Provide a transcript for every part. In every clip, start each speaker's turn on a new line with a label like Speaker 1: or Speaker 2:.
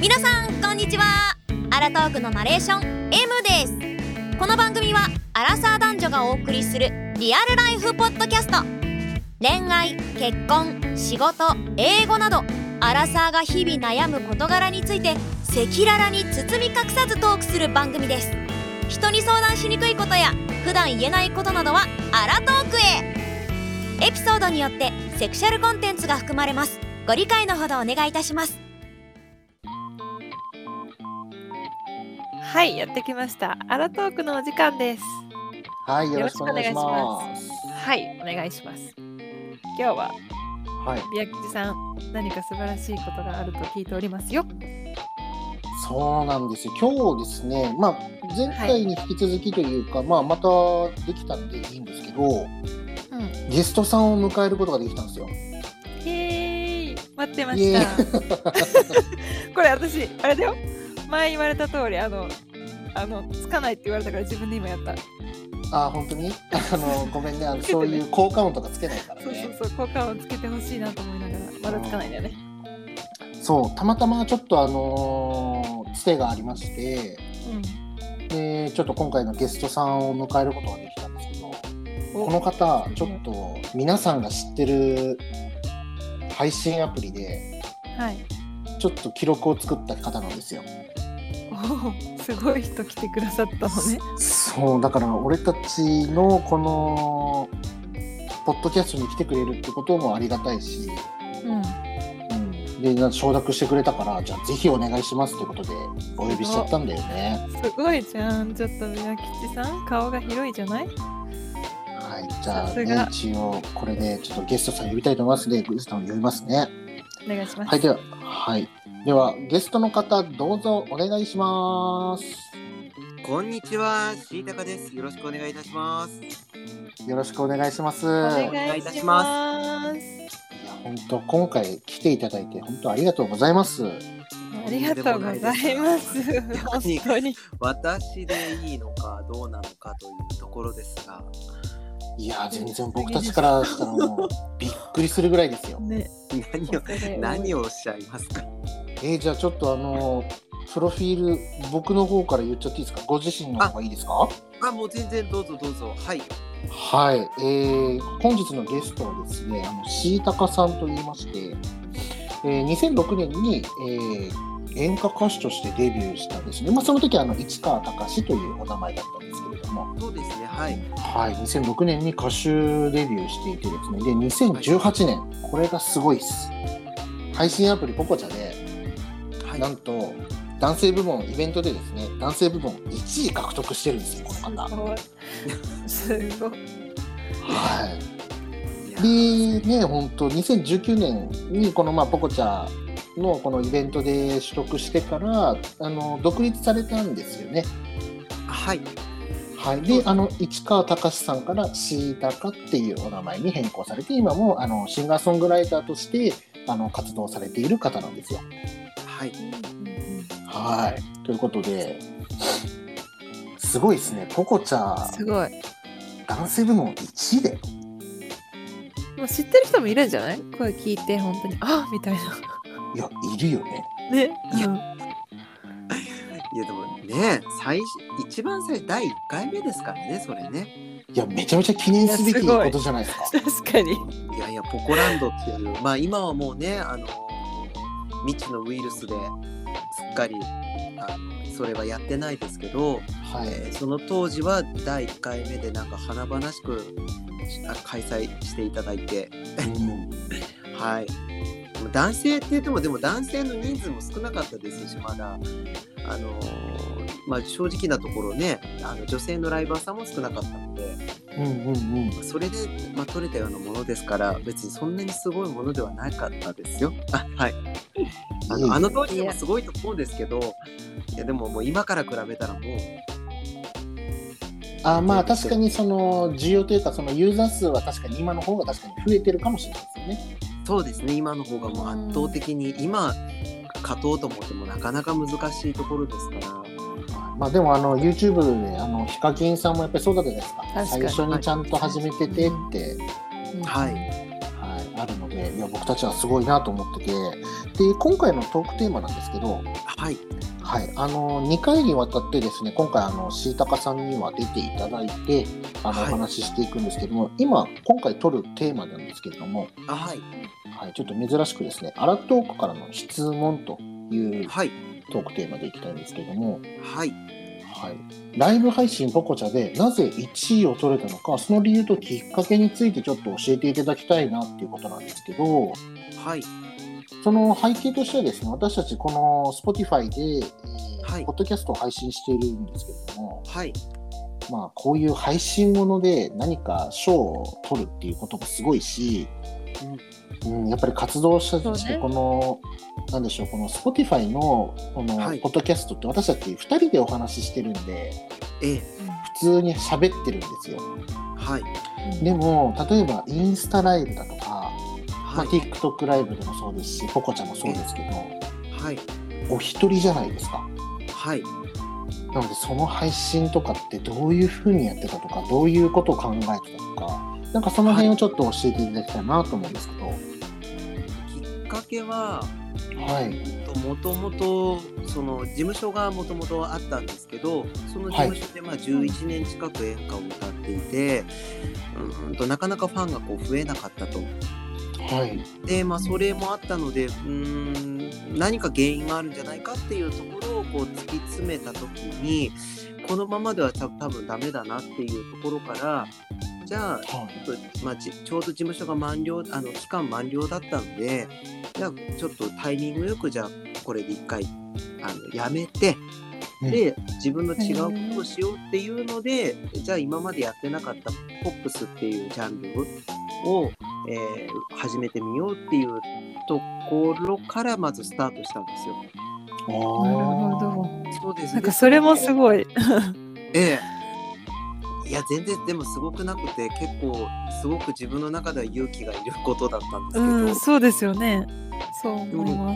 Speaker 1: 皆さんこんにちはアラトークのナレーション M ですこの番組はアラサー男女がお送りするリアルライフポッドキャスト恋愛結婚仕事英語などアラサーが日々悩む事柄について赤裸々に包み隠さずトークする番組です人に相談しにくいことや普段言えないことなどはアラトークへエピソードによってセクシャルコンテンツが含まれますご理解のほどお願いいたします
Speaker 2: はい、やってきました。アラトークのお時間です。
Speaker 3: はい、よろしくお願いします。
Speaker 2: はい、お願いします。今日は
Speaker 3: はい、
Speaker 2: 宮吉さん、何か素晴らしいことがあると聞いておりますよ。
Speaker 3: そうなんですよ。今日ですね、まあ前回に引き続きというか、まあまたできたんでいいんですけど、
Speaker 2: ん
Speaker 3: ゲストさんを迎えることができたんですよ。
Speaker 2: イエーイ、待ってま
Speaker 3: イ
Speaker 2: し
Speaker 3: エ
Speaker 2: た。 これ私、あれだよ。前言われた通り、あの、あの、つかないって言われたから、自分で今やった。
Speaker 3: あ、本当に？あのごめんね、あのそういう効果音とかつけないから
Speaker 2: そう
Speaker 3: ね。
Speaker 2: そうそう、効果をつけてほしいなと思いながら、まだつかないんだよね。
Speaker 3: そう、たまたまちょっとあのーつてがありまして、
Speaker 2: う
Speaker 3: でちょっと今回のゲストさんを迎えることができたんですけど、
Speaker 2: ん。お
Speaker 3: この方ちょっと皆さんが知ってる配信アプリで。
Speaker 2: はい。
Speaker 3: ちょっと記録を作った方なんですよ。
Speaker 2: おーすごい人来てくださったのね。
Speaker 3: そうだから俺たちのこのポッドキャストに来てくれるってこともありがたいし、
Speaker 2: うん。
Speaker 3: うん、でな承諾してくれたからじゃあぜひお願いしますってことでお呼びしちゃったんだよね。
Speaker 2: すごいじゃん。ちょっと宮吉さん、顔が広いじゃない
Speaker 3: はいじゃあ、ね
Speaker 2: さ、
Speaker 3: 一応これでちょっとゲストさん呼びたいと思いますのでゲストさんを呼びますね。
Speaker 2: お願いします。
Speaker 3: はいでははいではゲストの方どうぞお願いします。
Speaker 4: こんにちは、しいたかです。よろしくお願いいたします。
Speaker 3: よろしくお願いします。
Speaker 2: お
Speaker 3: いや
Speaker 2: 願いします。
Speaker 3: 本当今回来ていただいて本当ありがとうございます。
Speaker 2: ありがとうございます。本当に。
Speaker 4: 私でいいのかどうなのかというところですが、
Speaker 3: いやー全然僕たちからしたらもうびっくりするぐらいですよ。
Speaker 2: ね、
Speaker 4: 何を何
Speaker 2: を
Speaker 4: をおっしゃいますか。
Speaker 3: えー、じゃあちょっとあのープロフィール僕の方から言っちゃっていいですかご自身の方がいいですか
Speaker 4: あ、もう全然どうぞどうぞ。はい。
Speaker 3: はい、えー本日のゲストはですねあのしいたかさんといいまして、えー2006年に、えー演歌歌手としてデビューしたんですね、まあ、その時はあの市川隆というお名前だったんですけれども、
Speaker 4: そうですね。はい。
Speaker 3: はい、2006年に歌手デビューしていてですねで2018年、これがすごいです配信アプリポコチャで
Speaker 4: はい。
Speaker 3: なんと男性部門イベントでですね男性部門1位獲得してるんですよこの方
Speaker 2: すごい。
Speaker 3: はいいでね本当2019年にこのまあポコチャのこのイベントで取得してからあの独立されたんですよね
Speaker 4: やはい。
Speaker 3: はい、であの市川隆さんから「しいたか」っていうお名前に変更されて今もあのシンガーソングライターとしてあの活動されている方なんですよ。
Speaker 4: はい。
Speaker 3: はいということですごいですねポコチャ
Speaker 2: すごい。
Speaker 3: 男性部門1位で
Speaker 2: もう知ってる人もいるんじゃない声聞いて、本当に、あみたいな。
Speaker 3: いやいるよね。
Speaker 2: ね。
Speaker 4: いやでもね、最初一番最第一回目ですからね、それね。
Speaker 3: いやめちゃめちゃ記念すべき
Speaker 2: いやすごい
Speaker 3: ことじゃないですか。
Speaker 2: 確かに。
Speaker 4: いやいやポコランドっていうまあ今はもうねあの未知のウイルスですっかりあのそれはやってないですけど、
Speaker 3: はい、
Speaker 4: えーその当時は第1回目でなんか華々しくしあ開催していただいて
Speaker 3: うん
Speaker 4: はいでも男性って言ってもでも男性の人数も少なかったですしまだあのまあ正直なところねあの女性のライバーさんも少なかったので。
Speaker 3: うんうんうん
Speaker 4: それで、まあ、取れたようなものですから別にそんなにすごいものではなかったですよ。あはい、あ
Speaker 3: いい
Speaker 4: のあの当時でもすごいと思うんですけどいやでももう今から比べたらもう
Speaker 3: あまあ確かにその需要というかそのユーザー数は確かに今の方が確かに増えてるかもしれないですよね。
Speaker 4: そうですね今の方がもう圧倒的に今勝とうと思ってもなかなか難しいところですから。
Speaker 3: まあでもあの YouTube であのヒカキンさんもやっぱりそうだったじゃないですか
Speaker 2: 確かに。
Speaker 3: 最初にちゃんと始めててって、
Speaker 4: はいい、
Speaker 3: はい、あるのでいや僕たちはすごいなと思っててで今回のトークテーマなんですけど、
Speaker 4: はい。
Speaker 3: はい、あの2回にわたってですね今回あのシータカさんには出ていただいてあの、
Speaker 4: はい
Speaker 3: お話ししていくんですけども今今回取るテーマなんですけれども、
Speaker 4: あはい。
Speaker 3: はい、ちょっと珍しくですねアラトークからの質問という
Speaker 4: はい。
Speaker 3: トークテーマでいきたいんですけども、
Speaker 4: はい。
Speaker 3: はい、ライブ配信ポコチャでなぜ1位を取れたのかその理由ときっかけについてちょっと教えていただきたいなっていうことなんですけど
Speaker 4: はい。
Speaker 3: その背景としてはですね私たちこの Spotify で、えー
Speaker 4: はい
Speaker 3: ポッドキャストを配信しているんですけれども、
Speaker 4: はい。
Speaker 3: まあ、こういう配信もので何か賞を取るっていうこともすごいし、うんやっぱり活動者として
Speaker 2: そうね
Speaker 3: この、なんでしょうこの Spotify のこの
Speaker 4: はい
Speaker 3: ポッドキャストって私たち2人でお話ししてるんで
Speaker 4: ええ。
Speaker 3: 普通に喋ってるんですよ
Speaker 4: はい。
Speaker 3: でも例えばインスタライブだとか、ま
Speaker 4: は
Speaker 3: あ、
Speaker 4: い。
Speaker 3: TikTok ライブでもそうですしポコちゃんもそうですけ
Speaker 4: はい。
Speaker 3: どお一人じゃないですか
Speaker 4: はい。
Speaker 3: なのでその配信とかってどういうふうにやってたとかどういうことを考えてたとかなんかその辺をちょっと教えていただきたいなと思うんですけど、
Speaker 4: きっかけは、
Speaker 3: はい、
Speaker 4: もともとその事務所がもともとあったんですけどその事務所でまあ11年近く演歌を歌っていて、うーんとなかなかファンがこう増えなかったと。
Speaker 3: はい、
Speaker 4: でまあそれもあったのでうーん何か原因があるんじゃないかっていうところをこう突き詰めた時にこのままでは多多分ダメだなっていうところからじゃあ
Speaker 3: はい、
Speaker 4: ちょっとまあ、ちちょうど事務所が満了あの期間満了だったのでじゃあちょっとタイミングよくじゃあこれで一回あのやめて
Speaker 3: うん
Speaker 4: で自分の違うことをしようっていうのでじゃあ今までやってなかったポップスっていうジャンルを、えー始めてみようっていうところからまずスタートしたんですよ。
Speaker 3: あ
Speaker 2: なるほ
Speaker 3: ー
Speaker 2: ど。
Speaker 4: そうです
Speaker 2: なんかそれもすごい。
Speaker 4: ええ。いや全然でもすごくなくて結構すごく自分の中では勇気がいることだったんですけ
Speaker 2: う
Speaker 4: ど、
Speaker 2: ん、そうですよね。そう思い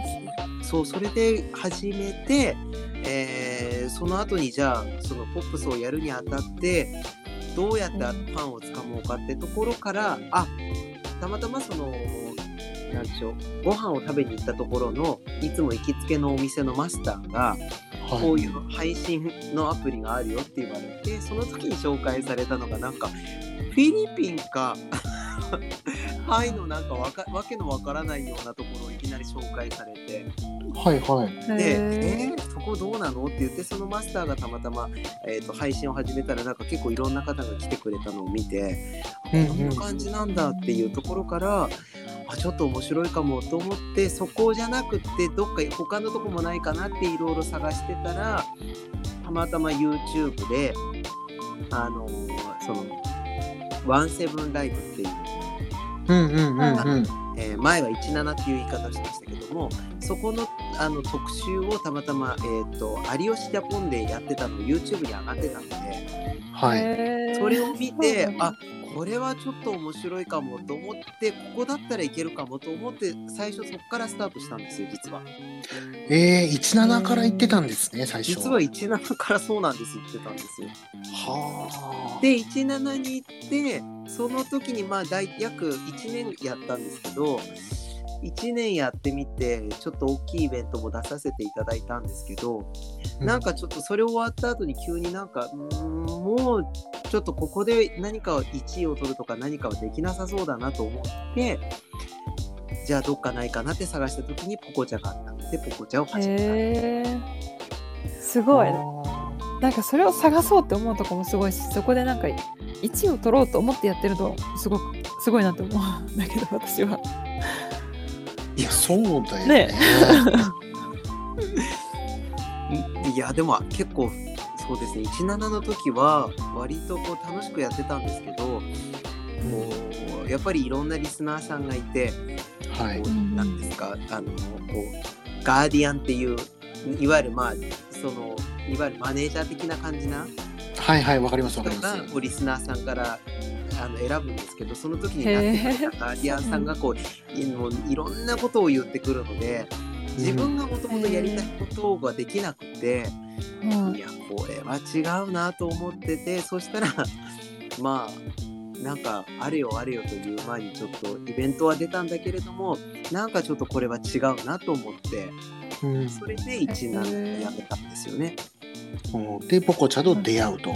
Speaker 2: ます。
Speaker 4: そうそれで始めて、えーその後にじゃあそのポップスをやるにあたってどうやってファンをつかもうかってところからあたまたまそのなんでしょうご飯を食べに行ったところのいつも行きつけのお店のマスターが
Speaker 3: はい
Speaker 4: こういう配信のアプリがあるよって言われてその時に紹介されたのがなんかフィリピンか タイのなんかわかわけのわからないようなところをいきなり紹介されて。
Speaker 3: はいはい
Speaker 4: で、
Speaker 2: へ
Speaker 4: えーそこどうなのって言ってそのマスターがたまたま、えー、と配信を始めたらなんか結構いろんな方が来てくれたのを見て、
Speaker 3: うんうん
Speaker 4: こんな感じなんだっていうところからあちょっと面白いかもと思ってそこじゃなくってどっか他のとこもないかなっていろいろ探してたらたまたま YouTube であのーそのワンセブンライブっていう
Speaker 3: うんうんうんうん
Speaker 4: えー前は17っていう言い方をしてましたけどもそこのあの特集をたまたま、えー、と有吉ジャポンでやってたのを YouTube に上がってたので
Speaker 2: ー
Speaker 3: はい
Speaker 2: へー
Speaker 4: それを見て、
Speaker 2: そうなん
Speaker 4: あ
Speaker 2: だ
Speaker 4: これはちょっと面白いかもと思ってここだったらいけるかもと思って最初そこからスタートしたんですよ実は
Speaker 3: えー、17から言ってたんですね最初
Speaker 4: 実は17からそうなんです言ってたんですよ
Speaker 3: は
Speaker 4: で17に行ってその時にまあ大約1年やったんですけど1年やってみてちょっと大きいイベントも出させていただいたんですけど
Speaker 3: うん
Speaker 4: なんかちょっとそれ終わった後に急になんかうーんもうちょっとここで何かを1位を取るとか何かはできなさそうだなと思ってじゃあどっかないかなって探した時にポコチャがあったのでポコチャを始めた。
Speaker 2: へーす
Speaker 3: あ
Speaker 2: ごいなんかそれを探そうって思うとこもすごいしそこでなんか1位を取ろうと思ってやってるとすごくすごいなって思うん だけど私は。
Speaker 3: いやそうだよね
Speaker 2: ね
Speaker 4: いやでも結構そうですね17の時は割とこう楽しくやってたんですけどこうやっぱりいろんなリスナーさんがいて
Speaker 3: はい
Speaker 4: こうなんですかあのこうガーディアンっていういわゆるまあそのいわゆるマネージャー的な感じな
Speaker 3: はいはいわかりますわ
Speaker 4: 人
Speaker 3: かりま
Speaker 4: が
Speaker 3: す
Speaker 4: こうリスナーさんからあの選ぶんですけどその時になって
Speaker 2: へー
Speaker 4: ガーディアンさんがこういもういろんなことを言ってくるので自分がもともとやりたいことができなく
Speaker 2: う
Speaker 4: て。
Speaker 2: ん
Speaker 4: いやこれは違うなと思っててそしたら まあなんかあれよあれよという前にちょっとイベントは出たんだけれどもなんかちょっとこれは違うなと思って
Speaker 3: うん
Speaker 4: それで17年やめたんですよね。
Speaker 3: うんでポコチャと出会うと。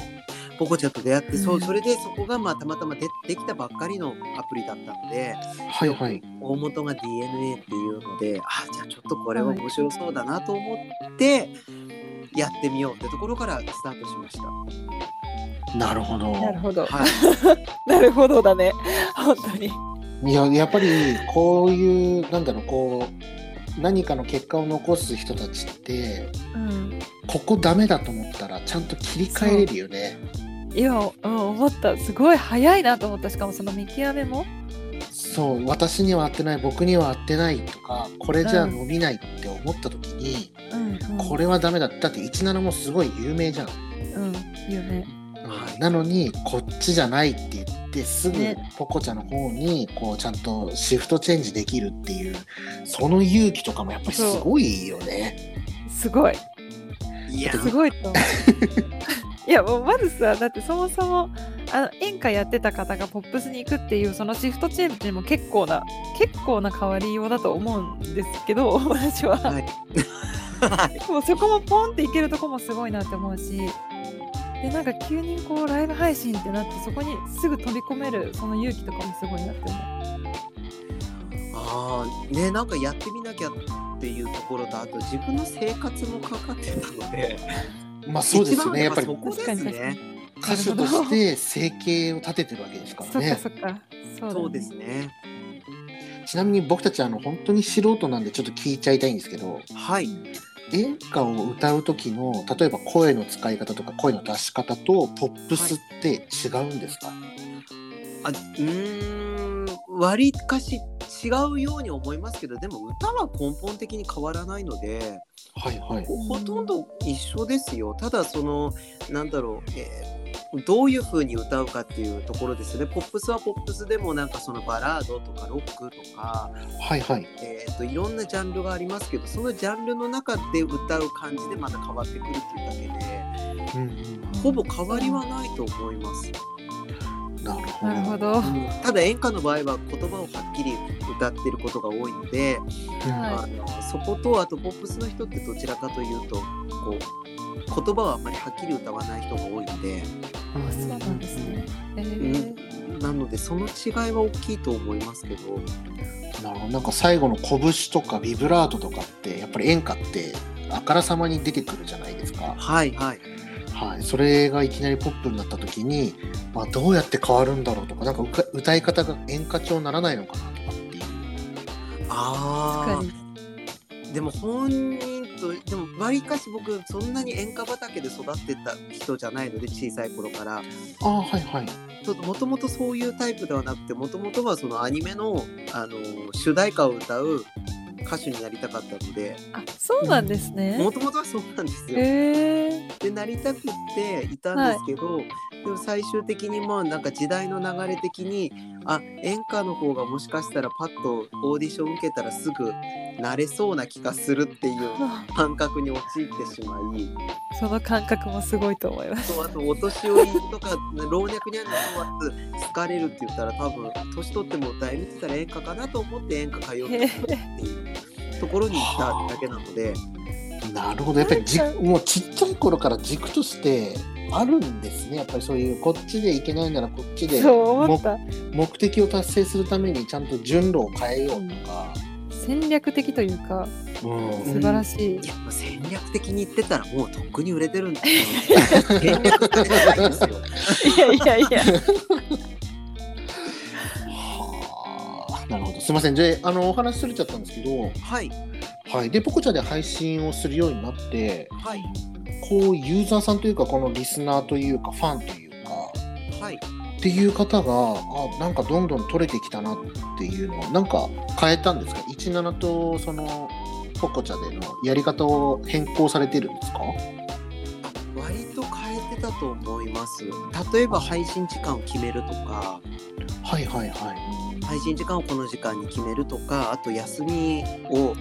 Speaker 4: ポコちゃんと出会って
Speaker 2: う
Speaker 4: そうんそれでそこがまあたまたまでできたばっかりのアプリだったので
Speaker 3: はいはい。
Speaker 4: 大元が DNA っていうのであじゃあちょっとこれは面白そうだなと思ってやってみようってところからスタートしました。
Speaker 3: なるほど。
Speaker 2: なるほど。
Speaker 4: はい
Speaker 2: なるほどだね。 本当に。
Speaker 3: いややっぱりこういうなんだろうこう何かの結果を残す人たちって
Speaker 2: うん。
Speaker 3: ここダメだと思ったらちゃんと切り替えれるよね。
Speaker 2: 今、うん、思った。すごい早いなと思った。しかもその見極めも。
Speaker 3: そう私には合ってない僕には合ってないとかこれじゃ伸びないって思った時に、
Speaker 2: うん、
Speaker 3: これはダメだだって17もすごい有名じゃん、
Speaker 2: うん、有名。
Speaker 4: はい
Speaker 3: なのにこっちじゃないって言ってすぐ
Speaker 2: ね
Speaker 3: ポコちゃんの方にこうちゃんとシフトチェンジできるっていうその勇気とかもやっぱりすごいよね。
Speaker 2: すごい。
Speaker 4: いや
Speaker 2: すごいと思う。いやもうまずさだってそもそもあの演歌やってた方がポップスに行くっていうそのシフトチェンジも結構な結構な変わりようだと思うんですけど私は、
Speaker 4: はい
Speaker 2: もうそこもポンっていけるとこもすごいなって思うしでなんか急にこうライブ配信ってなってそこにすぐ飛び込めるその勇気とかもすごいなって思
Speaker 4: ああねなんかやってみなきゃっていうところとあと自分の生活もかかってたので
Speaker 3: まあそうですよねやっぱり
Speaker 4: 一番はそこですね
Speaker 3: 歌手として生計を立ててるわけですか
Speaker 2: う
Speaker 3: らね
Speaker 2: そっかそっかそうだね
Speaker 4: そうですね
Speaker 3: ちなみに僕たちあの本当に素人なんでちょっと聞いちゃいたいんですけど
Speaker 4: はい
Speaker 3: 演歌を歌う時の例えば声の使い方とか声の出し方とポップスって違うんですか、
Speaker 4: あうーん割かし違うように思いますけどでも歌は根本的に変わらないので
Speaker 3: はい、はい
Speaker 4: ほほとんど一緒ですよただそのなんだろう、えーどういう風に歌うかっていうところですねポップスはポップスでもなんかそのバラードとかロックとか
Speaker 3: はいはい
Speaker 4: えー、といろんなジャンルがありますけどそのジャンルの中で歌う感じでまた変わってくるっていうだけで
Speaker 3: うんうん
Speaker 4: ほぼ変わりはないと思います、
Speaker 3: なるほど
Speaker 2: なるほど、
Speaker 4: ただ演歌の場合は言葉をはっきり歌ってることが多いので、
Speaker 3: うん
Speaker 2: はい
Speaker 4: あのそことあとポップスの人ってどちらかというとこう言葉はあんまりはっきり歌わない人が多いの
Speaker 3: う
Speaker 4: で、
Speaker 3: ん
Speaker 2: そうなんですね、えー
Speaker 4: うん、なのでその違いは大きいと思いますけど
Speaker 3: なるほどなんか最後の拳とかビブラートとかってやっぱり演歌ってあからさまに出てくるじゃないですか、
Speaker 4: はいはい
Speaker 3: はい、それがいきなりポップになった時に、まあ、どうやって変わるんだろうとかなんかうか歌い方が演歌調にならないのかなとかっていう
Speaker 4: あー
Speaker 2: 確かに
Speaker 4: でも本人とでもわりかし僕そんなに演歌畑で育ってた人じゃないので小さい頃から
Speaker 3: ああはいはい
Speaker 4: ちょっともともとそういうタイプではなくてもともとはそのアニメのあの主題歌を歌う歌手になりたかったので
Speaker 2: あそうなんですね、
Speaker 4: もともとはそうなんですよ。
Speaker 2: へえ
Speaker 4: でなりたくっていたんですけど、でも最終的にまあなんか時代の流れ的にあ演歌の方がもしかしたらパッとオーディション受けたらすぐ慣れそうな気がするっていう感覚に陥ってしまい。
Speaker 2: その感覚もすごいと思います。
Speaker 4: そうあとお年寄りとか老若にゃんに問わず疲れるって言ったら多分年取っても歌えるって言ったら演歌かなと思って演歌通ってたっていうところに来ただけなので
Speaker 3: なるほどやっぱりじ
Speaker 2: なん
Speaker 3: もうちっちゃい頃から軸としてあるんですねやっぱりそういうこっちでいけないならこっちで
Speaker 2: そう思った。
Speaker 3: 目的を達成するためにちゃんと順路を変えようとか、
Speaker 2: 戦略的というか
Speaker 3: うん
Speaker 2: 素晴らしい。
Speaker 4: いやもう戦略的に言ってたらもうとっくに売れてるんですよ戦略的じゃないですよ
Speaker 2: いやいやいや。
Speaker 3: はあなるほどすいませんであのお話すれちゃったんですけど、
Speaker 4: はい
Speaker 3: はい、でポコチャで配信をするようになって
Speaker 4: はい
Speaker 3: こうユーザーさんというかこのリスナーというかファンというか
Speaker 4: はい
Speaker 3: っていう方があなんかどんどん取れてきたなっていうのはなんか変えたんですか17とそのポコチャでのやり方を変更されてるんですか
Speaker 4: 割と変えてたと思います例えば配信時間を決めるとか
Speaker 3: はいはいはい
Speaker 4: 配信時間をこの時間に決めるとかあと休みを、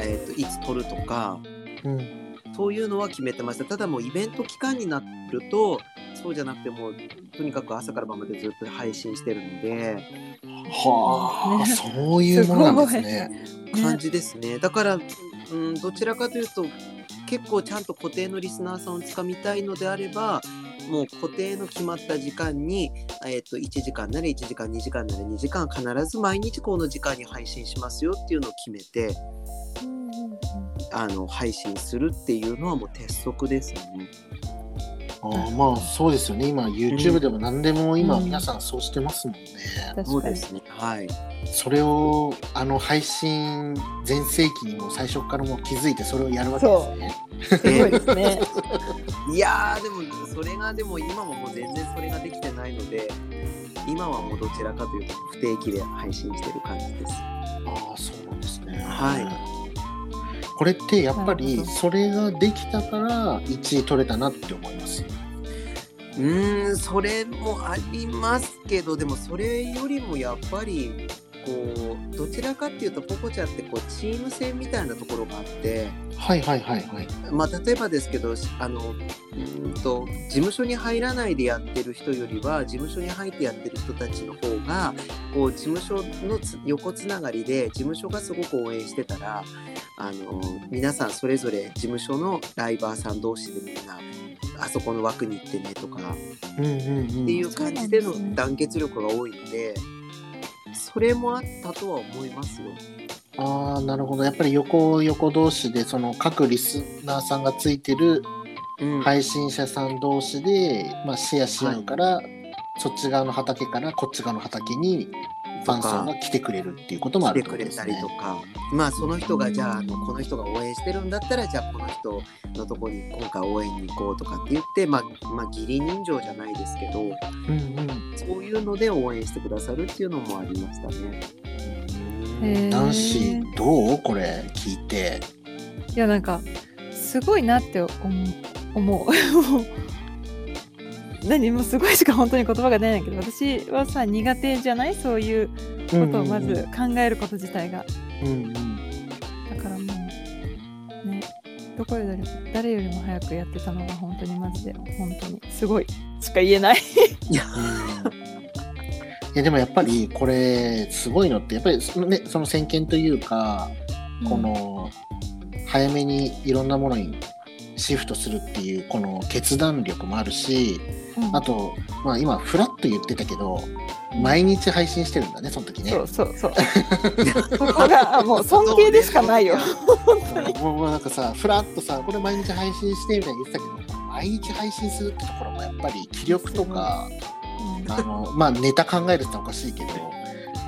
Speaker 4: えー、といつ取るとか
Speaker 3: うん
Speaker 4: そういうのは決めてました。ただもうイベント期間になると、そうじゃなくてもうとにかく朝から晩までずっと配信してるので
Speaker 3: はあ、 そういうものなんですね。
Speaker 4: 感じですねだから、うん、どちらかというと結構ちゃんと固定のリスナーさんをつかみたいのであればもう固定の決まった時間に、えっと1時間なり1時間2時間なり2時間必ず毎日この時間に配信しますよっていうのを決めてあの配信するっていうのはもう鉄則ですよね。
Speaker 3: あーまあそうですよね。今 YouTube でも何でも今皆さんそうしてますもんね。
Speaker 4: そ
Speaker 2: 確か
Speaker 4: うで
Speaker 2: に。
Speaker 4: すねはい
Speaker 3: それをあの配信全盛期にもう最初からもう気づいてそれをやるわけですね。
Speaker 2: すごいですね。
Speaker 4: いやーでもそれがでも今ももう全然それができてないので今はもうどちらかというと不定期で配信してる感じです。
Speaker 3: ああそうなんですね。。
Speaker 4: はい
Speaker 3: これってやっぱ
Speaker 2: なる
Speaker 3: り
Speaker 2: ほど
Speaker 3: それができたから1位取れたなって思います。
Speaker 4: うーんそれもありますけどでもそれよりもやっぱりこうどちらかっていうとポコちゃんってこうチーム戦みたいなところがあって。
Speaker 3: はいはいはいはい。
Speaker 4: まあ、例えばですけどしあのうーんと事務所に入らないでやってる人よりは事務所に入ってやってる人たちの方がこう事務所のつ横つながりで事務所がすごく応援してたらあの皆さんそれぞれ事務所のライバーさん同士でみんなあそこの枠に行ってねとか
Speaker 3: うんうんうん。
Speaker 4: っていう感じでの団結力が多いのでそれもあったとは思いますよ。
Speaker 3: ああなるほどやっぱり横横同士でその各リスナーさんがついてる
Speaker 4: うん
Speaker 3: 配信者さん同士で、まあ、シェアし合うから、そっち側の畑からこっち側の畑にファンさんが来てくれるっていうこともある
Speaker 4: 来て
Speaker 3: ってこと
Speaker 4: くれ
Speaker 3: です
Speaker 4: たり
Speaker 3: ね
Speaker 4: と。か、まあその人がじゃ
Speaker 2: う
Speaker 4: ああ
Speaker 2: ん
Speaker 4: のこの人が応援してるんだったらじゃあこの人のとこに今回応援に行こうとかって言って、まあ、まあ義理人情じゃないですけど
Speaker 3: うんうん
Speaker 4: そういうので応援してくださるっていうのもありましたね。
Speaker 2: へー
Speaker 3: ナンシーどうこれ聞いて。
Speaker 2: いやなんかすごいなって思う 思う。何もうすごいしか本当に言葉が出ないんだけど私はさ苦手じゃないそういうことをまず考えること自体が
Speaker 3: うんうんうん
Speaker 2: だからもうねどこより誰よりも早くやってたのが本当にマジで本当にすごいしか言えない
Speaker 3: いやでもやっぱりこれすごいのってやっぱりその,、ね、その先見というかこの早めにいろんなものにシフトするっていうこの決断力もあるし
Speaker 2: うん
Speaker 3: あと、まあ、今フラッと言ってたけど毎日配信してるんだねその時ね。
Speaker 2: そうそうそうここがあもう尊敬でしかないよ
Speaker 3: もうもうなんかさフラッとさこれ毎日配信してみたいに言ってたけど毎日配信するってところもやっぱり気力とかあの、まあ、ネタ考えるっておかしいけど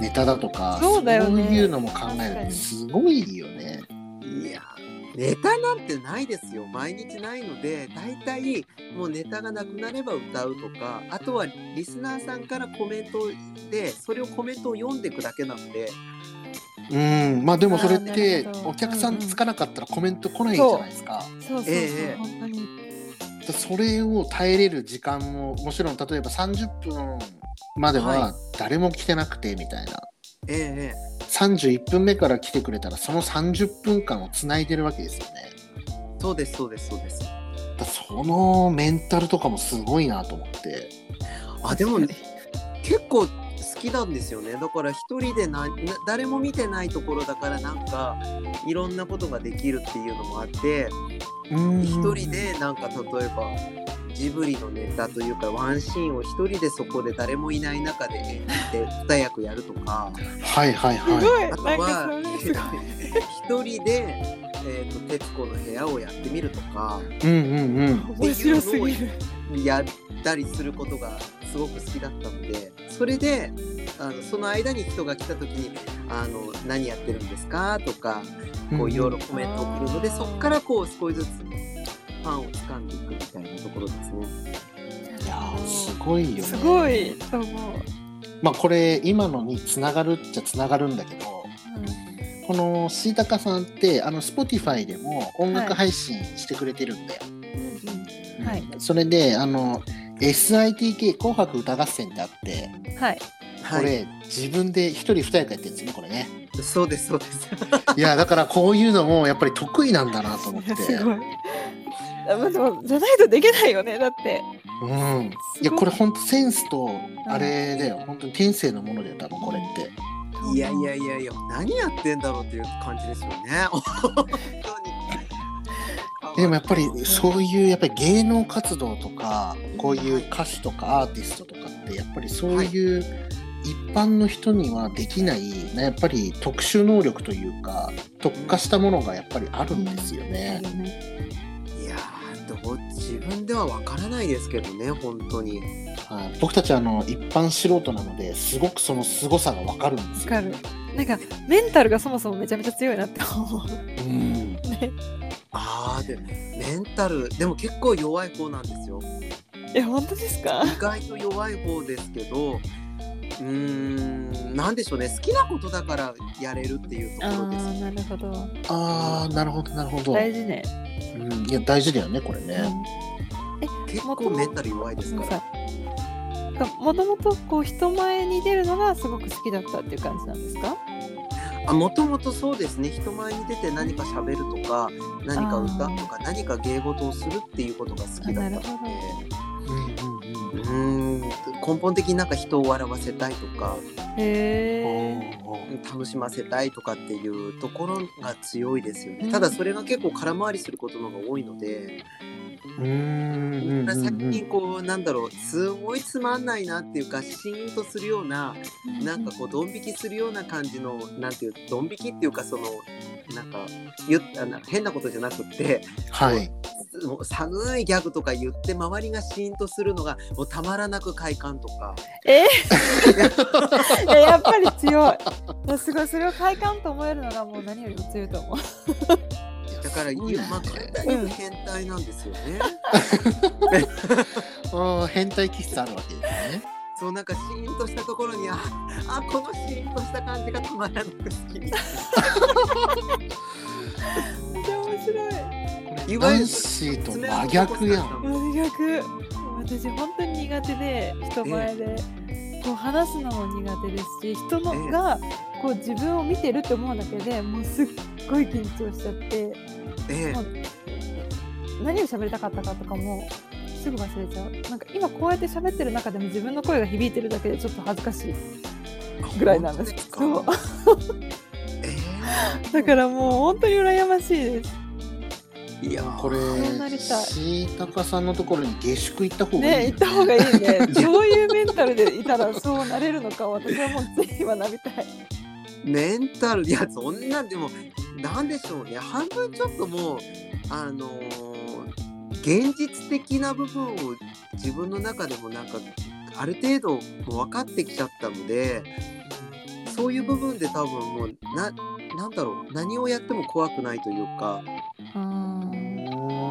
Speaker 3: ネタだとか
Speaker 2: そうだよね
Speaker 3: そういうのも考える
Speaker 2: 確
Speaker 3: っ
Speaker 2: か
Speaker 3: て
Speaker 2: に
Speaker 3: すごいよね。
Speaker 4: いやネタなんてないですよ毎日ないので大体もうネタがなくなれば歌うとかあとはリスナーさんからコメントでそれをコメントを読んでいくだけなので
Speaker 3: うんまあでもそれっ
Speaker 2: あー
Speaker 3: て
Speaker 2: なるほど
Speaker 3: お客さんつかなかったらコメント来ないじゃないですか。
Speaker 2: そうそうそう、
Speaker 4: ええ
Speaker 2: 本当に
Speaker 3: それを耐えれる時間ももちろん例えば30分まで
Speaker 4: は
Speaker 3: は誰も来てなくてみたいな、
Speaker 4: ええええ
Speaker 3: 31分目から来てくれたらその30分間をつないでるわけですよね
Speaker 4: そうですそうですそうです。
Speaker 3: だからそのメンタルとかもすごいなと思って
Speaker 4: あでもね結構好きなんですよね。だから一人でなな誰も見てないところだからなんかいろんなことができるっていうのもあって一人でなんか例えば。ジブリのネタというかワンシーンを一人でそこで誰もいない中で演じて二役やると か
Speaker 3: はいはい
Speaker 2: す
Speaker 3: はい
Speaker 2: ごい、
Speaker 4: あと
Speaker 2: なんかそ
Speaker 4: は
Speaker 2: れすごい
Speaker 4: 一人で「えーと徹子の部屋」をやってみるとか
Speaker 3: うんうんうん
Speaker 2: 面白すぎる
Speaker 4: やったりすることがすごく好きだったのでそれであのその間に人が来た時に「あの何やってるんですか?」とかこういろいろコメントを送るので、
Speaker 2: あー
Speaker 4: そこからこう少しずつファンを掴んでいくみたいなところですね。
Speaker 3: いやーすごいよね
Speaker 2: すごいと思う、
Speaker 3: まあこれ今のにつながるっちゃつながるんだけどこのしいたかさんってあの Spotify でも音楽配信してくれてるんだよ、
Speaker 2: うんはい
Speaker 3: それであの SITK 紅白歌合戦ってあって
Speaker 2: はい
Speaker 3: これ、自分で一人二役やってるんですよねこれね
Speaker 4: そうですそうです。
Speaker 3: いやだからこういうのもやっぱり得意なん だなと思って
Speaker 2: すごいあまあでもじゃないとできないよねだって
Speaker 3: うんいやこれ本当センスとあれだよ本当に天性のものだよ多分これって
Speaker 4: いやいやいやいや何やってんだろうっていう感じですよね 本当に
Speaker 3: でもやっぱりそういうやっぱり芸能活動とかこういう歌手とかアーティストとかってやっぱりそういう一般の人にはできないねやっぱり特殊能力というか特化したものがやっぱりあるんですよね。
Speaker 4: いやーどう自分ではわからないですけどね本当に
Speaker 3: はい、僕たちあの一般素人なのですごくその凄さがわかるんです
Speaker 2: わ
Speaker 3: よ。
Speaker 2: かる。なんかメンタルがそもそもめちゃめちゃ強いなって思う。
Speaker 3: うん
Speaker 2: ね、
Speaker 4: ああでメンタルでも結構弱い方なんです よ
Speaker 2: え本当ですか？
Speaker 4: 意外と弱い方ですけどうーんなんでしょうね好きなことだからやれるっていうところです
Speaker 2: なるほど。
Speaker 3: ああなるほどなるほど。
Speaker 2: 大事ね。
Speaker 3: うん、いや大事だよねこれね。
Speaker 4: 結構メンタル弱いですから
Speaker 2: もともとこう人前に出るのがすごく好きだったっていう感じなんですか？
Speaker 4: あもともとそうですね人前に出て何か喋るとか何か歌うとか何か芸事をするっていうことが好きだ
Speaker 2: あ
Speaker 4: ったので
Speaker 2: なる
Speaker 3: うんうんうん
Speaker 4: うーん根本的になんか人を笑わせたいとか
Speaker 2: へえ。
Speaker 4: 楽しませたいとかっていうところが強いですよ
Speaker 2: う
Speaker 4: ね
Speaker 2: ん
Speaker 4: ただそれが結構空回りすることの方が多いので
Speaker 3: うんうんうん
Speaker 4: 最近こうなんだろうすごいつまんないなっていうかシーンとするようななんかこうドン引きするような感じのなんていうドン引きっていうかそのなんか言ったな変なことじゃなくって
Speaker 3: はい。
Speaker 4: もう寒いギャグとか言って周りがシーンとするのがもうたまらなく快感とか
Speaker 2: えーえやっぱり強い。もうすごいそれを快感と思えるのがもう何よりも強いと思う。
Speaker 4: だから、
Speaker 3: いや
Speaker 4: まあ、
Speaker 3: すごいね
Speaker 4: 簡単に言うと変態なんですよね。
Speaker 3: あー変態気質あるわけですね。
Speaker 4: そうなんかシーンとしたところにああこのシーンとした感じがたまらなく好き
Speaker 2: めっちゃ面白い。
Speaker 4: いわゆる
Speaker 3: 男子と真逆やん。
Speaker 2: 真逆私本当に苦手で人前で、こう話すのも苦手ですし人の、
Speaker 4: ええ
Speaker 2: がこう自分を見てるって思うだけでもうすっごい緊張しちゃって
Speaker 4: ええ
Speaker 2: もう何を喋りたかったかとかもすぐ忘れちゃうなんか今こうやって喋ってる中でも自分の声が響いてるだけでちょっと恥ずかしいぐらいなんです
Speaker 4: あ
Speaker 2: そ
Speaker 4: 本
Speaker 2: う
Speaker 4: 当ですか
Speaker 2: だからもう本当に羨ましいです
Speaker 4: ええいや
Speaker 3: これ
Speaker 2: そうなりたい
Speaker 3: しいたかさんのところに下宿行った方がい
Speaker 2: ね
Speaker 3: いよ、
Speaker 2: 行った方がいいねどういうメンタルでいたらそうなれるのかを私はもうぜひ学びたい
Speaker 4: メンタルいやそんなんでもなんでしょうね半分ちょっともうあのー現実的な部分を自分の中でもなんかある程度もう分かってきちゃったのでそういう部分で多分もうななんだろう何をやっても怖くないというか
Speaker 2: うん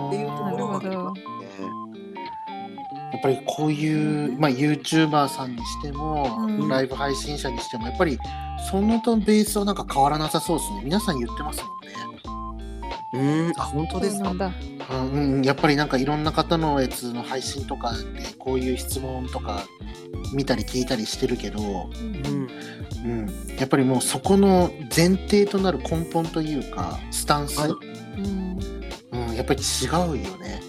Speaker 4: っていうところはあ
Speaker 2: なるほど
Speaker 4: ります
Speaker 3: やっぱりこういう、まあ、YouTuber さんにしても、
Speaker 2: うん
Speaker 3: ライブ配信者にしてもやっぱりそのとベースはなんか変わらなさそうですね皆さん言ってますもんね。
Speaker 4: ねうんあ本当ですか
Speaker 2: そうなんだ。
Speaker 3: うんうん、やっぱりなんかいろんな方のやつの配信とかでこういう質問とか見たり聞いたりしてるけど、
Speaker 4: うん
Speaker 3: うん、やっぱりもうそこの前提となる根本というかスタンス、
Speaker 4: はい
Speaker 2: うん。
Speaker 3: うん、やっぱり違うよね。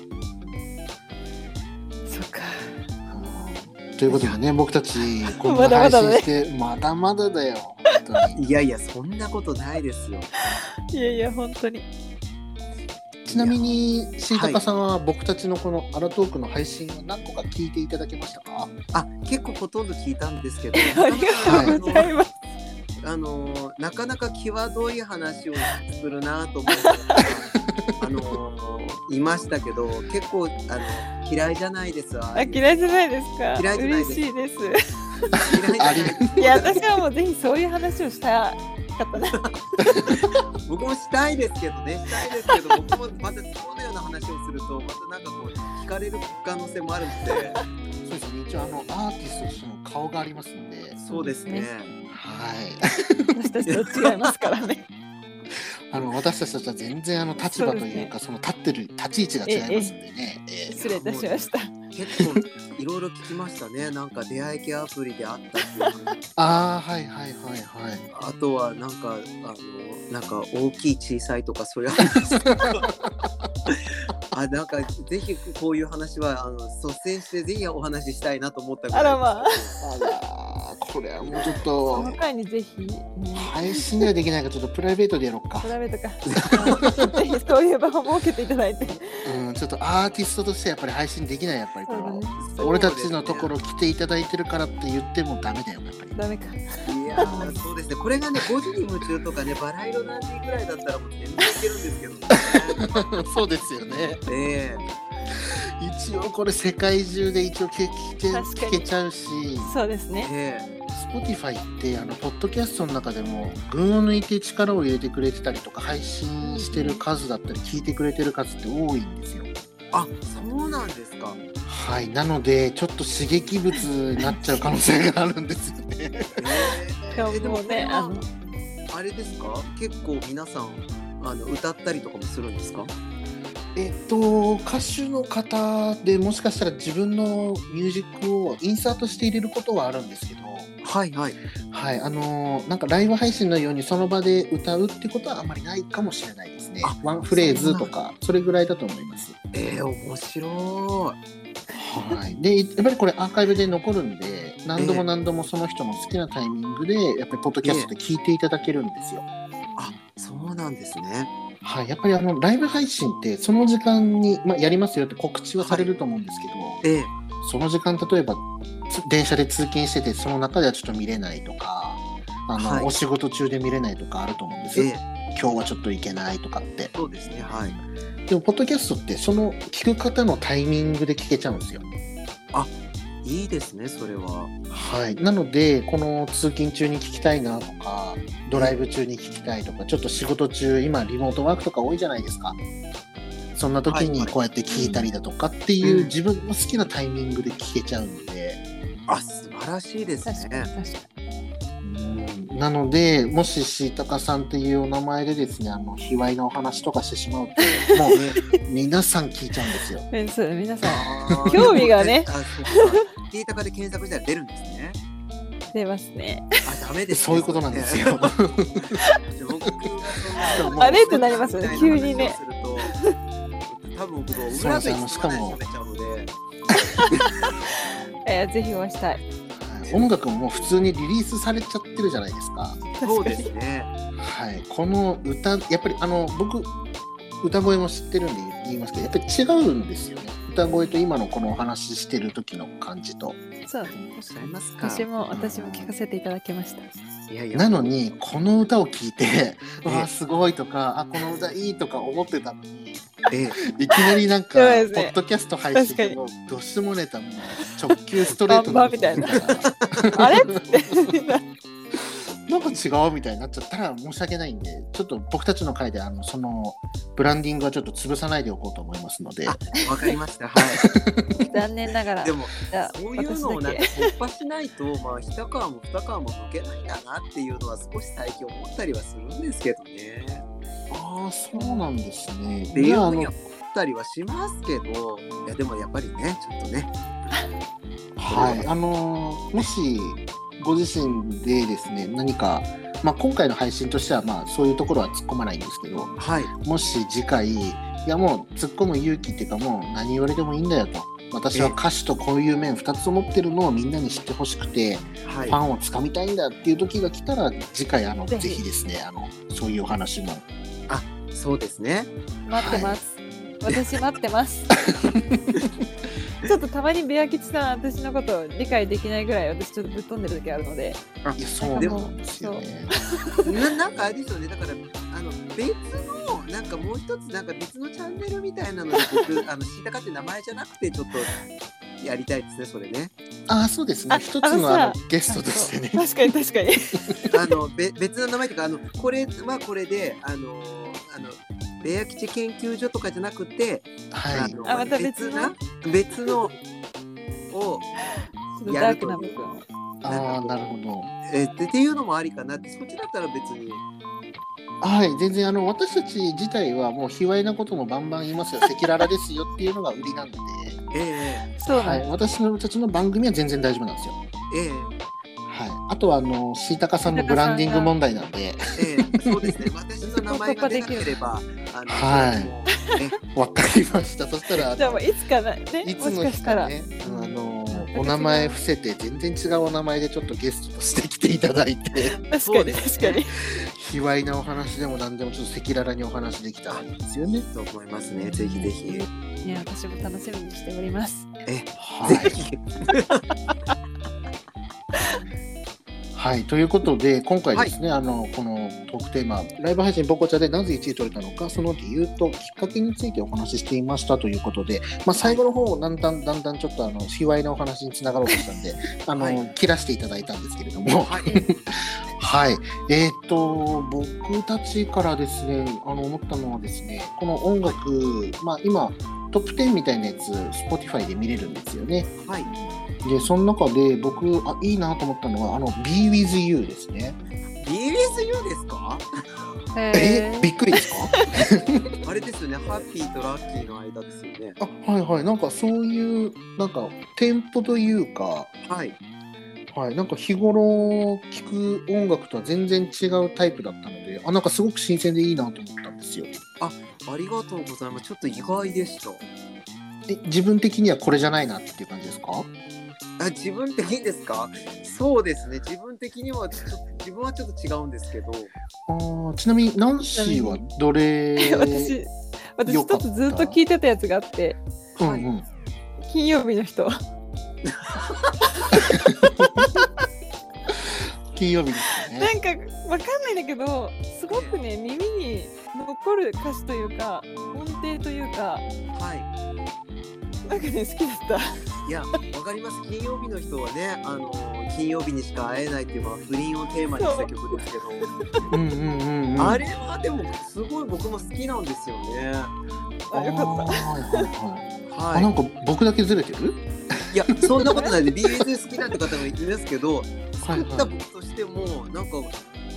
Speaker 2: そっか。
Speaker 3: うんということでね僕 たちこん
Speaker 2: ま
Speaker 3: な
Speaker 2: だま
Speaker 3: 配
Speaker 2: だ
Speaker 3: 信
Speaker 2: ね
Speaker 3: してまだまだだよ本当 に
Speaker 4: いやいやそんなことないですよ
Speaker 2: いやいや本当に。
Speaker 3: ちなみにしいたかさんは僕たちのこのアラトークの配信を何個か聞いていただけましたか
Speaker 4: あ結構ほとんど聞いたんですけど
Speaker 2: ありがとうございます。
Speaker 4: あのーなかなか際どい話をするなと思って あのーいましたけど結構あの嫌いじゃないですわ
Speaker 2: あ嫌いじゃないですか。
Speaker 4: 嫌いじゃないです
Speaker 2: 嬉しいです。
Speaker 4: 嫌いじゃない
Speaker 2: いや私はもうぜひそういう話をしたかったな。
Speaker 4: 僕もしたいですけどねしたいですけど僕もまたそのような話をするとまたなんかこう聞かれる可能性もあるので
Speaker 3: そうですね一応あのアーティストとしての顔がありますので
Speaker 4: そうですね
Speaker 3: はい
Speaker 2: 私たちと違いますからね。
Speaker 3: あの私たちとは全然あの立場というかその立ってる立ち位置が違いますんでね。ええ
Speaker 2: 失礼いたしました。
Speaker 4: 結構いろいろ聞きましたねなんか出会い系アプリであったっていう
Speaker 3: ああはいはいはいはい。
Speaker 4: あとはなんかあ のなんか大きい小さいとかそういう話とかああなんかぜひこういう話はあの率先してぜひお話ししたいなと思ったぐ
Speaker 2: あ
Speaker 4: らい
Speaker 2: らまあ
Speaker 3: あらーこれはもうちょっ
Speaker 2: そ
Speaker 3: と
Speaker 2: の回にぜひ、ね
Speaker 3: 配信ではできないからちょっとプライベートでやろうか
Speaker 2: 調べとかぜひそういう場を設けていただいて
Speaker 3: うんちょっとアーティストとしてやっぱり配信できないやっぱりこれは
Speaker 2: そうだね
Speaker 3: 俺たちのところ
Speaker 4: い
Speaker 3: 来ていただいてるからって言ってもダメだよやっぱり
Speaker 2: ダメか
Speaker 4: やーそうですねこれがね5時に夢中とかねバラ色何時ぐらいだったらもう全然いけるんですけどね
Speaker 3: そうですよね
Speaker 4: え
Speaker 3: 一応これ世界中で一応聞け
Speaker 2: 確か
Speaker 3: 聞
Speaker 2: に
Speaker 3: けちゃうし
Speaker 2: そうですね
Speaker 4: えええ
Speaker 3: Spotify ってあのポッドキャストの中でも群を抜いて力を入れてくれてたりとか配信してる数だったり聞いてくれてる数って多いんですよ
Speaker 4: あそうなんですか
Speaker 3: はいなのでちょっと刺激物になっちゃう可能性があるんですよね
Speaker 4: え
Speaker 2: 今
Speaker 4: え
Speaker 2: 日
Speaker 4: で
Speaker 2: もう
Speaker 4: これ
Speaker 2: ね
Speaker 4: は
Speaker 2: あの
Speaker 4: あれですか結構皆さんあの歌ったりとかもするんですか
Speaker 3: えっと歌手の方でもしかしたら自分のミュージックをインサートして入れることはあるんですけど
Speaker 4: はいはい
Speaker 3: はいあのーなんかライブ配信のようにその場で歌うってことはあまりないかもしれないですね
Speaker 4: あ
Speaker 3: ワンフレーズとかそれぐらいだと思います
Speaker 4: ええ面白い
Speaker 3: はい、でやっぱりこれアーカイブで残るんで何度も何度もその人の好きなタイミングでやっぱりポッドキャストで聞いていただけるんですよ。
Speaker 4: あそうなんですね
Speaker 3: はい、やっぱりあのライブ配信ってその時間に、まあ、やりますよって告知はされると思うんですけど、
Speaker 4: ええ
Speaker 3: その時間例えばつ電車で通勤しててその中ではちょっと見れないとかあの、
Speaker 4: はい
Speaker 3: お仕事中で見れないとかあると思うんです
Speaker 4: え
Speaker 3: よ、
Speaker 4: え
Speaker 3: 今日はちょっと行けないとかって
Speaker 4: そうですねはい
Speaker 3: でもポッドキャストってその聞く方のタイミングで聞けちゃうんですよ。
Speaker 4: いいですねそれは
Speaker 3: はい、なのでこの通勤中に聞きたいなとかドライブ中に聞きたいとかちょっと仕事中今リモートワークとか多いじゃないですかそんな時
Speaker 4: は
Speaker 3: に
Speaker 4: い
Speaker 3: こうやって聞いたりだとかっていう、
Speaker 4: うん
Speaker 3: 自分の好きなタイミングで聞けちゃうので、
Speaker 4: あ素晴らしいです
Speaker 2: 確かに
Speaker 4: ね
Speaker 2: 確か
Speaker 3: うんなのでもししいたかさんっていうお名前でですねあの卑猥なお話とかしてしまう ともう皆さん聞いちゃうんですよ。
Speaker 2: にそう皆さん
Speaker 4: あー
Speaker 2: 興味がね
Speaker 4: あそうか聞いたかで検索したら出るんですね
Speaker 2: 出ますね
Speaker 4: あダメですね
Speaker 3: そういうことなんです よ。
Speaker 4: 僕がそ の
Speaker 2: あれってなりますよね急にね
Speaker 4: すると多分僕小倉といつまで喋っちゃうので
Speaker 2: えーぜひお会いしたい
Speaker 3: はい音楽ももう普通にリリースされちゃってるじゃないですか。
Speaker 4: そうですね
Speaker 3: はい、この歌やっぱりあの僕歌声も知ってるんで言いますけどやっぱり違うんですよね歌声と今のこのお話ししてる時の感じと
Speaker 2: そう
Speaker 4: 違いますか
Speaker 2: 私も私も聞かせていただきました
Speaker 4: いやいや
Speaker 3: なのにこの歌を聴いて「
Speaker 4: え
Speaker 3: わあすごい」とか「あこの歌いい」とか思ってた のに
Speaker 4: ええ
Speaker 3: いきなりなんか、
Speaker 2: そうです
Speaker 3: ポ
Speaker 2: ね
Speaker 3: ッドキャスト配信で
Speaker 2: 確
Speaker 3: もどうしてもネタも直球ストレートの
Speaker 2: バンバンみたいな あれっつって
Speaker 3: なんか違うみたいになっちゃったら申し訳ないんでちょっと僕たちの回であのそのブランディングはちょっと潰さないでおこうと思いますので。
Speaker 4: わかりましたはい
Speaker 2: 残念ながら
Speaker 4: でも
Speaker 2: じゃあ
Speaker 4: そういうの
Speaker 2: 私
Speaker 4: をなん
Speaker 2: だ
Speaker 4: か
Speaker 2: け
Speaker 4: 突破しないと、まあ、一皮も二皮も剥けないんだなっていうのは少し最近思ったりはするんですけどね。
Speaker 3: ああそうなんですね。
Speaker 4: ってい
Speaker 3: じ
Speaker 4: う
Speaker 3: ゃあ
Speaker 4: ふ
Speaker 3: あ
Speaker 4: うに
Speaker 3: の
Speaker 4: 思ったりはしますけど、いやでもやっぱりね、ちょっとね、
Speaker 3: はいあのーもしご自身でですね何かまあ今回の配信としてはまあそういうところは突っ込まないんですけど
Speaker 4: はい、
Speaker 3: もし次回いやもう突っ込む勇気っていうかもう何言われてもいいんだよと私は歌手とこういう面2つを持ってるのをみんなに知ってほしくて
Speaker 4: は
Speaker 3: フ
Speaker 4: い、
Speaker 3: ァンをつかみたいんだっていう時が来たら次回あのぜ
Speaker 2: ぜひ
Speaker 3: ひですねあのそういうお話も
Speaker 4: そうですね。
Speaker 2: 待ってます、私待ってます ちょっとたまにベア吉さん私のこと理解できないぐらい私ちょっとぶっ飛んでる時あるので
Speaker 3: いやそうなんですよね。
Speaker 4: ななんかあれですよね、だから、あの別の、なんかもう一つ、なんか別のチャンネルみたいなので、僕、あの、知ったかって名前じゃなくて、ちょっとやりたいですね、それね。
Speaker 3: ああそうですね
Speaker 2: あ
Speaker 3: 一つ
Speaker 2: あの
Speaker 3: の
Speaker 2: さ
Speaker 3: あのゲストとしてね。
Speaker 2: 確かに確かに
Speaker 4: あのべ別の名前とかあのこれはこれであのあのレア基地研究所とかじゃなくて、
Speaker 3: は
Speaker 4: あ
Speaker 3: い
Speaker 4: の
Speaker 2: あまた別の
Speaker 4: 別のを
Speaker 2: ちょっとダークな部分を
Speaker 3: ああ、なるほど。
Speaker 4: えーってっていうのもありかなってそっちだったら別に
Speaker 3: はい、全然あの私たち自体はもう卑猥なこともバンバン言いま すよ、赤裸々ですよっていうのが売りなんで、
Speaker 4: ええ
Speaker 2: そう
Speaker 3: は
Speaker 2: なん
Speaker 3: い、
Speaker 2: で
Speaker 3: 私のたちの番組は全然大丈夫なんですよ。
Speaker 4: ええ
Speaker 3: はい、あとはあのシータカさんのブランディング問題なん で
Speaker 4: ええそうですね。私の名前が出なければ、あの、
Speaker 3: はい
Speaker 4: もうね
Speaker 3: 分かりましたそしたら
Speaker 2: じゃあもういつかなね
Speaker 3: いつ
Speaker 2: もし
Speaker 3: の
Speaker 2: か
Speaker 3: 日
Speaker 2: した、
Speaker 3: からね
Speaker 2: うん
Speaker 3: あの
Speaker 2: 全く違う
Speaker 3: お名前伏せて全然違うお名前でちょっとゲストとして来ていただいて
Speaker 2: 確
Speaker 4: そ
Speaker 2: か
Speaker 4: うで
Speaker 2: に確
Speaker 4: す
Speaker 2: か
Speaker 4: ね
Speaker 2: に
Speaker 3: 卑猥なお話でも何でもちょっと赤裸々にお話できたらいいですよね。
Speaker 4: と思いますね。ぜひぜひ。
Speaker 2: いや私も楽しみにしております
Speaker 3: はい
Speaker 4: ぜひ。
Speaker 3: はい、ということで今回ですね、あのこのトークテーマライブ配信ボコチャでなぜ1位取れたのかその理由ときっかけについてお話ししていましたということで、まあ、最後の方だんだんだんだんちょっとあの卑猥なお話につながろうとしたんであの、
Speaker 4: はい
Speaker 3: 切らしていただいたんですけれども。
Speaker 4: はい。
Speaker 3: はい、えーっと僕たちからですねあの思ったのはですねこの音楽、まあ、今トップ10みたいなやつ Spotify で見れるんですよね
Speaker 4: はい。
Speaker 3: でその中で僕あいいなと思ったのはあの「BeWithYou」ですね
Speaker 4: BSU ですか？
Speaker 3: えびっくりですか
Speaker 4: あれですよね。ハッピーとラッキーの間ですよね。
Speaker 3: あはいはいなんかそういうなんかテンポというか
Speaker 4: はい。
Speaker 3: はい、なんか日頃聴く音楽とは全然違うタイプだったのであなんかすごく新鮮でいいなと思ったんですよ
Speaker 4: ありがとうございます。ちょっと意外でした。
Speaker 3: で自分的にはこれじゃないなっていう感じですか
Speaker 4: あ自分的にですか？そうですね。自分的にはちょっと自分はちょっと違うんですけど。
Speaker 3: あーちなみにナンシーはどれ
Speaker 2: 私私
Speaker 3: よ
Speaker 2: 一
Speaker 3: かった
Speaker 2: つずっと聞いてたやつがあって
Speaker 3: うんうん、
Speaker 2: 金曜日の人
Speaker 3: 金曜日ですよ
Speaker 2: な
Speaker 3: ね。
Speaker 2: んかわかんないんだけどすごくね耳に残る歌詞というか音程というか
Speaker 4: はい。
Speaker 2: なんかね好きだった
Speaker 4: いや、わかります。金曜日の人はね、あの金曜日にしか会えないっていうまあ不倫をテーマにした曲ですけど、
Speaker 3: うんうんうんうん。
Speaker 4: あれはでもすごい僕も好きなんですよね。
Speaker 2: あよかっ
Speaker 3: あーはい はいはいあ、な
Speaker 4: は
Speaker 3: んか僕だけずれてる？
Speaker 4: い。いや、そんなことないで BS 好きなって方もいますけど、
Speaker 3: はい
Speaker 4: 作った
Speaker 3: は
Speaker 4: 僕としてもなんか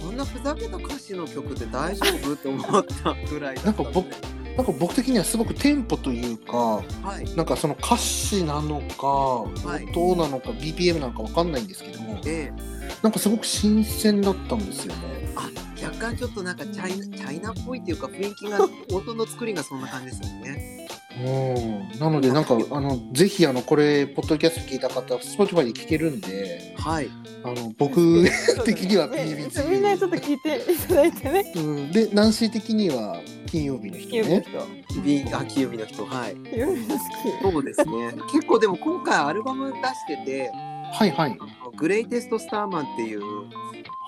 Speaker 4: こんなふざけた歌詞の曲って大丈夫って思ったぐらいだったので。
Speaker 3: なんかい。なんか僕的にはすごくテンポというか、
Speaker 4: はい。
Speaker 3: なんかその歌詞なのか、
Speaker 4: い
Speaker 3: 音なのか BPM なのかわかんないんですけども、
Speaker 4: で
Speaker 3: なんかすごく新鮮だったんですよね。
Speaker 4: あ若干ちょっとなんかチャイナチャイナっぽいっていうか雰囲 気が音の作りがそんな感じですよね。
Speaker 3: うん。なのでなんかあのぜひあのこれポッドキャスト聞いた方、Spotify で聞けるんで、
Speaker 4: はい。
Speaker 3: あの僕。的には
Speaker 2: そうだね
Speaker 3: PBZ
Speaker 2: みんなちょっと聞いていただいてね
Speaker 3: うん、で、ナンシー的には金曜日の人
Speaker 2: 金曜日の
Speaker 3: ね。
Speaker 2: 人
Speaker 4: ビあ金曜日の人はい。
Speaker 2: 金曜日の好
Speaker 4: そうで すね。結構でも今回アルバム出してて、
Speaker 3: はいはい。
Speaker 4: あのグレイテストスターマンっていう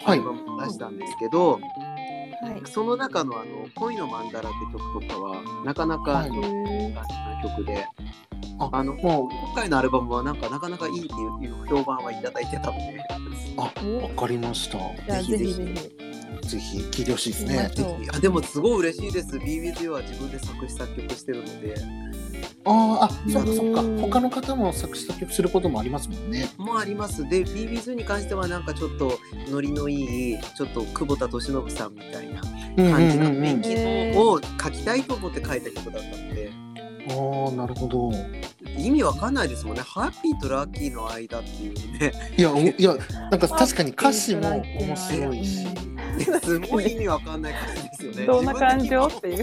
Speaker 4: ア
Speaker 3: はい
Speaker 4: ル。バムを出したんですけど、
Speaker 2: きはい
Speaker 4: その中のあの恋のマンダラって曲とかはなかなか
Speaker 3: はい
Speaker 4: 良かった曲で、
Speaker 3: あ
Speaker 4: あの
Speaker 3: も
Speaker 4: 今回のアルバムはなんかなかなかいいっていう評判はいただいてたので、
Speaker 3: う、わかりました。
Speaker 2: じゃあぜ
Speaker 4: ぜ
Speaker 2: ひ
Speaker 4: ひ
Speaker 2: ぜ
Speaker 4: ぜ
Speaker 2: ひ
Speaker 3: ぜひ聞いてほしいです
Speaker 2: 行
Speaker 3: ね
Speaker 2: き。ましょう
Speaker 4: いやでもすごい嬉しいです。BBZ は自分で作詞作曲してるので、
Speaker 3: あーあ、そっかそっか
Speaker 2: うん。
Speaker 3: 他の方も作詞作曲することもありますもんね。
Speaker 4: もうあります。で BBZ に関してはなんかちょっとノリのいいちょっと久保田利伸さんみたいな
Speaker 3: うん
Speaker 4: 感じの
Speaker 3: うんうん
Speaker 4: 雰囲
Speaker 3: うん
Speaker 4: 気のを書きたいと思って書いた曲だったので。
Speaker 3: ああ、なるほど。
Speaker 4: 意味わかんないですもんね。ハッピーとラッキーの間っていうね。
Speaker 3: いや、おいや、なんか確かに歌詞も面白いし。
Speaker 4: すごい意味わかんない感じですよね。
Speaker 2: どんな感
Speaker 4: 自
Speaker 2: 情
Speaker 4: 分
Speaker 2: っ
Speaker 4: 的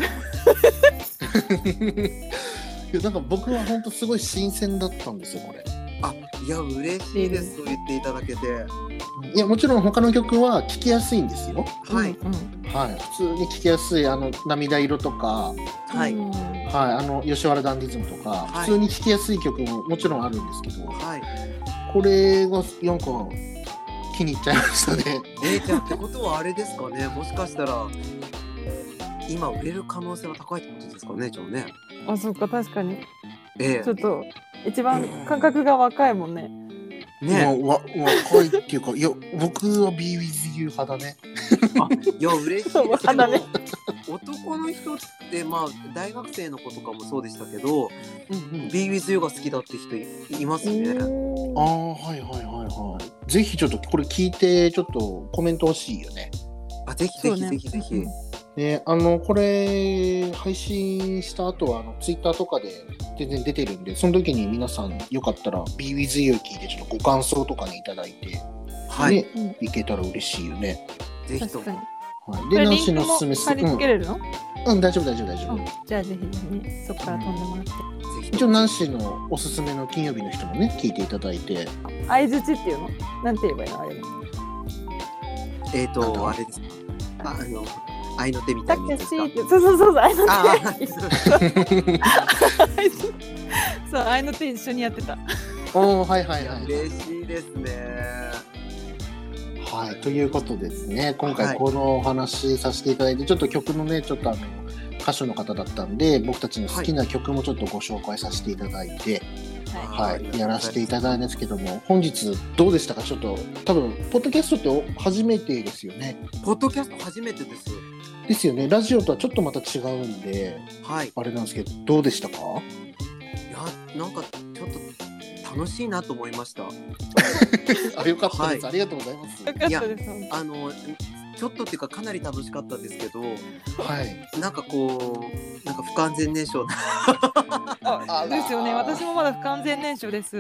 Speaker 2: ていう
Speaker 3: いや、なんか僕は本当すごい新鮮だったんですよ、これ。
Speaker 4: にいや、嬉しいです。そう言っていただけて。
Speaker 3: いや、もちろん他の曲は聴きやすいんですよ。
Speaker 4: はい。
Speaker 2: うん
Speaker 3: はい、普通に聴きやすい、あの涙色とか。
Speaker 4: はい。
Speaker 2: うん
Speaker 3: はい、あの吉原ダンディズムとか、
Speaker 4: はい
Speaker 3: 普通に聴きやすい曲ももちろんあるんですけど
Speaker 4: はい。
Speaker 3: これがなんか気に入っちゃいましたね。
Speaker 4: えー、じゃあってことはあれですかね。もしかしたら、今売れる可能性は高いってことですかね、じゃあね。
Speaker 2: あそっか確かに
Speaker 4: え
Speaker 2: ちょっと一番感覚が若いもんね
Speaker 4: えね
Speaker 3: まあわ若いっていうかいや僕は BWithYou 派だね。
Speaker 4: いや、嬉 しいです。
Speaker 2: そう
Speaker 4: で
Speaker 2: 肌
Speaker 4: も
Speaker 2: ね
Speaker 4: 男の人って、まあ、大学生の子とかもそうでしたけど、
Speaker 3: うんうん、
Speaker 4: b w i t h が好きだって人いいますね。
Speaker 3: ああはいはいはいはい。ぜひちょっとこれ聞いてちょっとコメント欲しいよね。
Speaker 4: あ、ぜひぜひぜひぜひ。
Speaker 3: ね、あのこれ配信した後はあのツイッターとかで全然出てるんでその時に皆さんよかったら BWithYou 聞いてちょっとご感想とかねいただいて
Speaker 4: はい
Speaker 3: ね
Speaker 2: うん
Speaker 3: 行けたら嬉しいよね。
Speaker 4: ぜひと
Speaker 2: 確かに
Speaker 4: も。
Speaker 3: はい、
Speaker 2: こ
Speaker 3: で、
Speaker 2: れ
Speaker 3: ナン
Speaker 2: リン
Speaker 3: シ
Speaker 2: ク
Speaker 3: ーのお
Speaker 2: も
Speaker 3: すすめす
Speaker 2: 貼り付けれるの
Speaker 3: うん、大丈夫、大丈夫、大丈夫。
Speaker 2: あじゃあぜひぜひねそこから飛んでもらって
Speaker 4: ぜひ
Speaker 3: 一
Speaker 4: と
Speaker 3: 応、
Speaker 4: も
Speaker 3: ナンシーのおすすめの金曜日の人もね、聞いていただいて、
Speaker 2: 相づちっていうのなんて言えばいいのあれ
Speaker 4: えっ、
Speaker 3: な
Speaker 4: ー、
Speaker 3: ん
Speaker 4: と、
Speaker 3: だ
Speaker 4: あれですか。ああの、愛の手みた
Speaker 2: タ
Speaker 4: いな
Speaker 2: ケ
Speaker 4: や
Speaker 2: シ
Speaker 4: つです
Speaker 2: ー
Speaker 4: か
Speaker 2: っ。てそうそうそうそう相
Speaker 4: あ
Speaker 2: づち
Speaker 4: あ、
Speaker 2: そう相の手一緒にやってた
Speaker 3: おお、はいはいはいい。
Speaker 4: や嬉しいですね。
Speaker 3: はい、ということでですね、今
Speaker 4: はい
Speaker 3: 回このお話しさせていただいて、ちょっと曲のね、ちょっとあの、歌手の方だったんで、僕たちの好きな曲もちょっとご紹介させていただいて、
Speaker 2: は
Speaker 3: は
Speaker 4: ありがとうございま
Speaker 3: い、
Speaker 4: す
Speaker 3: やらせていただいたんですけども、本日どうでしたかちょっと、多分、ポッドキャストって初めてですよね。
Speaker 4: ポッドキャスト初めてです。
Speaker 3: ですよね、ラジオとはちょっとまた違うんで、
Speaker 4: はい。
Speaker 3: あれなんですけど、どうでしたか
Speaker 4: いや、なんか、ちょっと楽しいなと思いました。
Speaker 3: あ、よかったです、
Speaker 4: は
Speaker 3: ありがとうございます。
Speaker 2: いよかったです本
Speaker 4: あの、ちょっとっていうか、かなり楽しかったんですけど、
Speaker 3: はい。
Speaker 4: なんかこう、なんか不完全燃焼な。
Speaker 2: 当
Speaker 3: あ
Speaker 2: あ
Speaker 3: ら
Speaker 2: ですよね私もまだ不完全燃焼です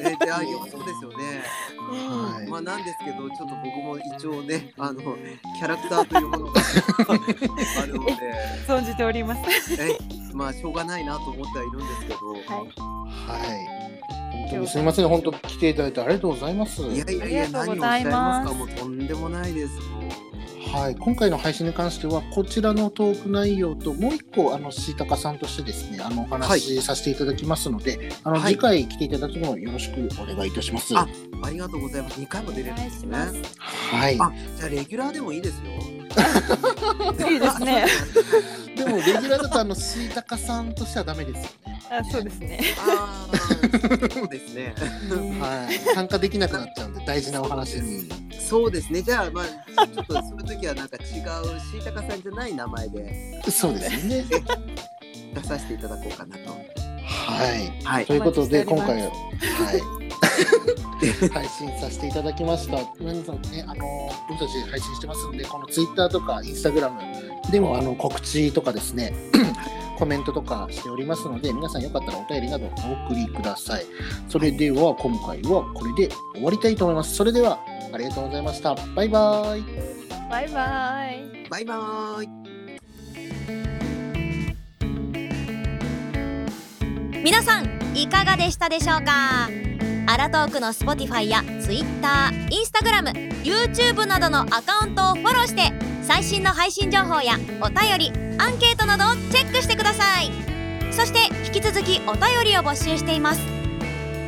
Speaker 4: えー、で、あ、いやそうですよね。
Speaker 3: はい
Speaker 4: まあ、なんですけど、ちょっと僕も一応ね、あの、キャラクターというものがあるので、
Speaker 2: 存じております
Speaker 4: え、まあ、しょうがないなと思ってはいるんですけど、
Speaker 3: はい。本当にすみません、本当来ていただいてありがとうございます。
Speaker 4: いやいやい
Speaker 2: あ
Speaker 4: や、
Speaker 2: りが
Speaker 4: 何
Speaker 2: とうご
Speaker 4: をおっしゃ
Speaker 2: ざ
Speaker 4: い
Speaker 2: い
Speaker 4: ま
Speaker 2: ますす
Speaker 4: か、もうとんでもないです。もう
Speaker 3: はい、今回の配信に関してはこちらのトーク内容ともう一個あのシータカさんとしてですねあのお話しさせていただきますので、あの
Speaker 4: はい
Speaker 3: 次回来ていただくのをよろしくお願いいたします。
Speaker 4: あありがとうございます。2回も出れるんですね。
Speaker 3: はい。
Speaker 4: あ、じゃあレギュラーでもいいですよ。
Speaker 2: いいですね
Speaker 3: でもレギュラーだとあのシータカさんとしてはダメですよね。
Speaker 2: あそうですね
Speaker 4: あーそうですね。
Speaker 3: はい。参加できなくなっちゃうんで大事なお話に。
Speaker 4: そうですね。じゃあ、まあ、ちょっとその時はなんか違う、しいたかさんじゃない名前で
Speaker 3: そうですね。
Speaker 4: 出させていただこうかなと。
Speaker 3: はい。
Speaker 4: はい
Speaker 3: と。いうことで
Speaker 2: お
Speaker 3: 今
Speaker 2: 待ちしてお
Speaker 3: 回
Speaker 2: り
Speaker 3: は
Speaker 2: ま
Speaker 3: はい。 配信させていただきました。皆さんね、あの僕たち配信してますので、このツイッターとかインスタグラムでもあの告知とかですね、 コメントとかしておりますので、皆さんよかったらお便りなどお送りください。それでは今回はこれで終わりたいと思います。それではありがとうございました。バイバイ。
Speaker 2: バイバイ
Speaker 4: バイバーイ。
Speaker 1: 皆さんいかがでしたでしょうかアラトークの Spotify や Twitter、Instagram、YouTube などのアカウントをフォローして最新の配信情報やお便り、アンケートなどをチェックしてくださいそして引き続きお便りを募集しています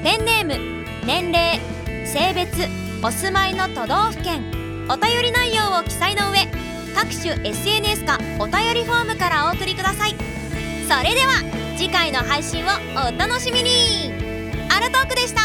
Speaker 1: ペンネーム、年齢、性別、お住まいの都道府県お便り内容を記載の上各種 SNS かお便りフォームからお送りくださいそれでは次回の配信をお楽しみにアラトークでした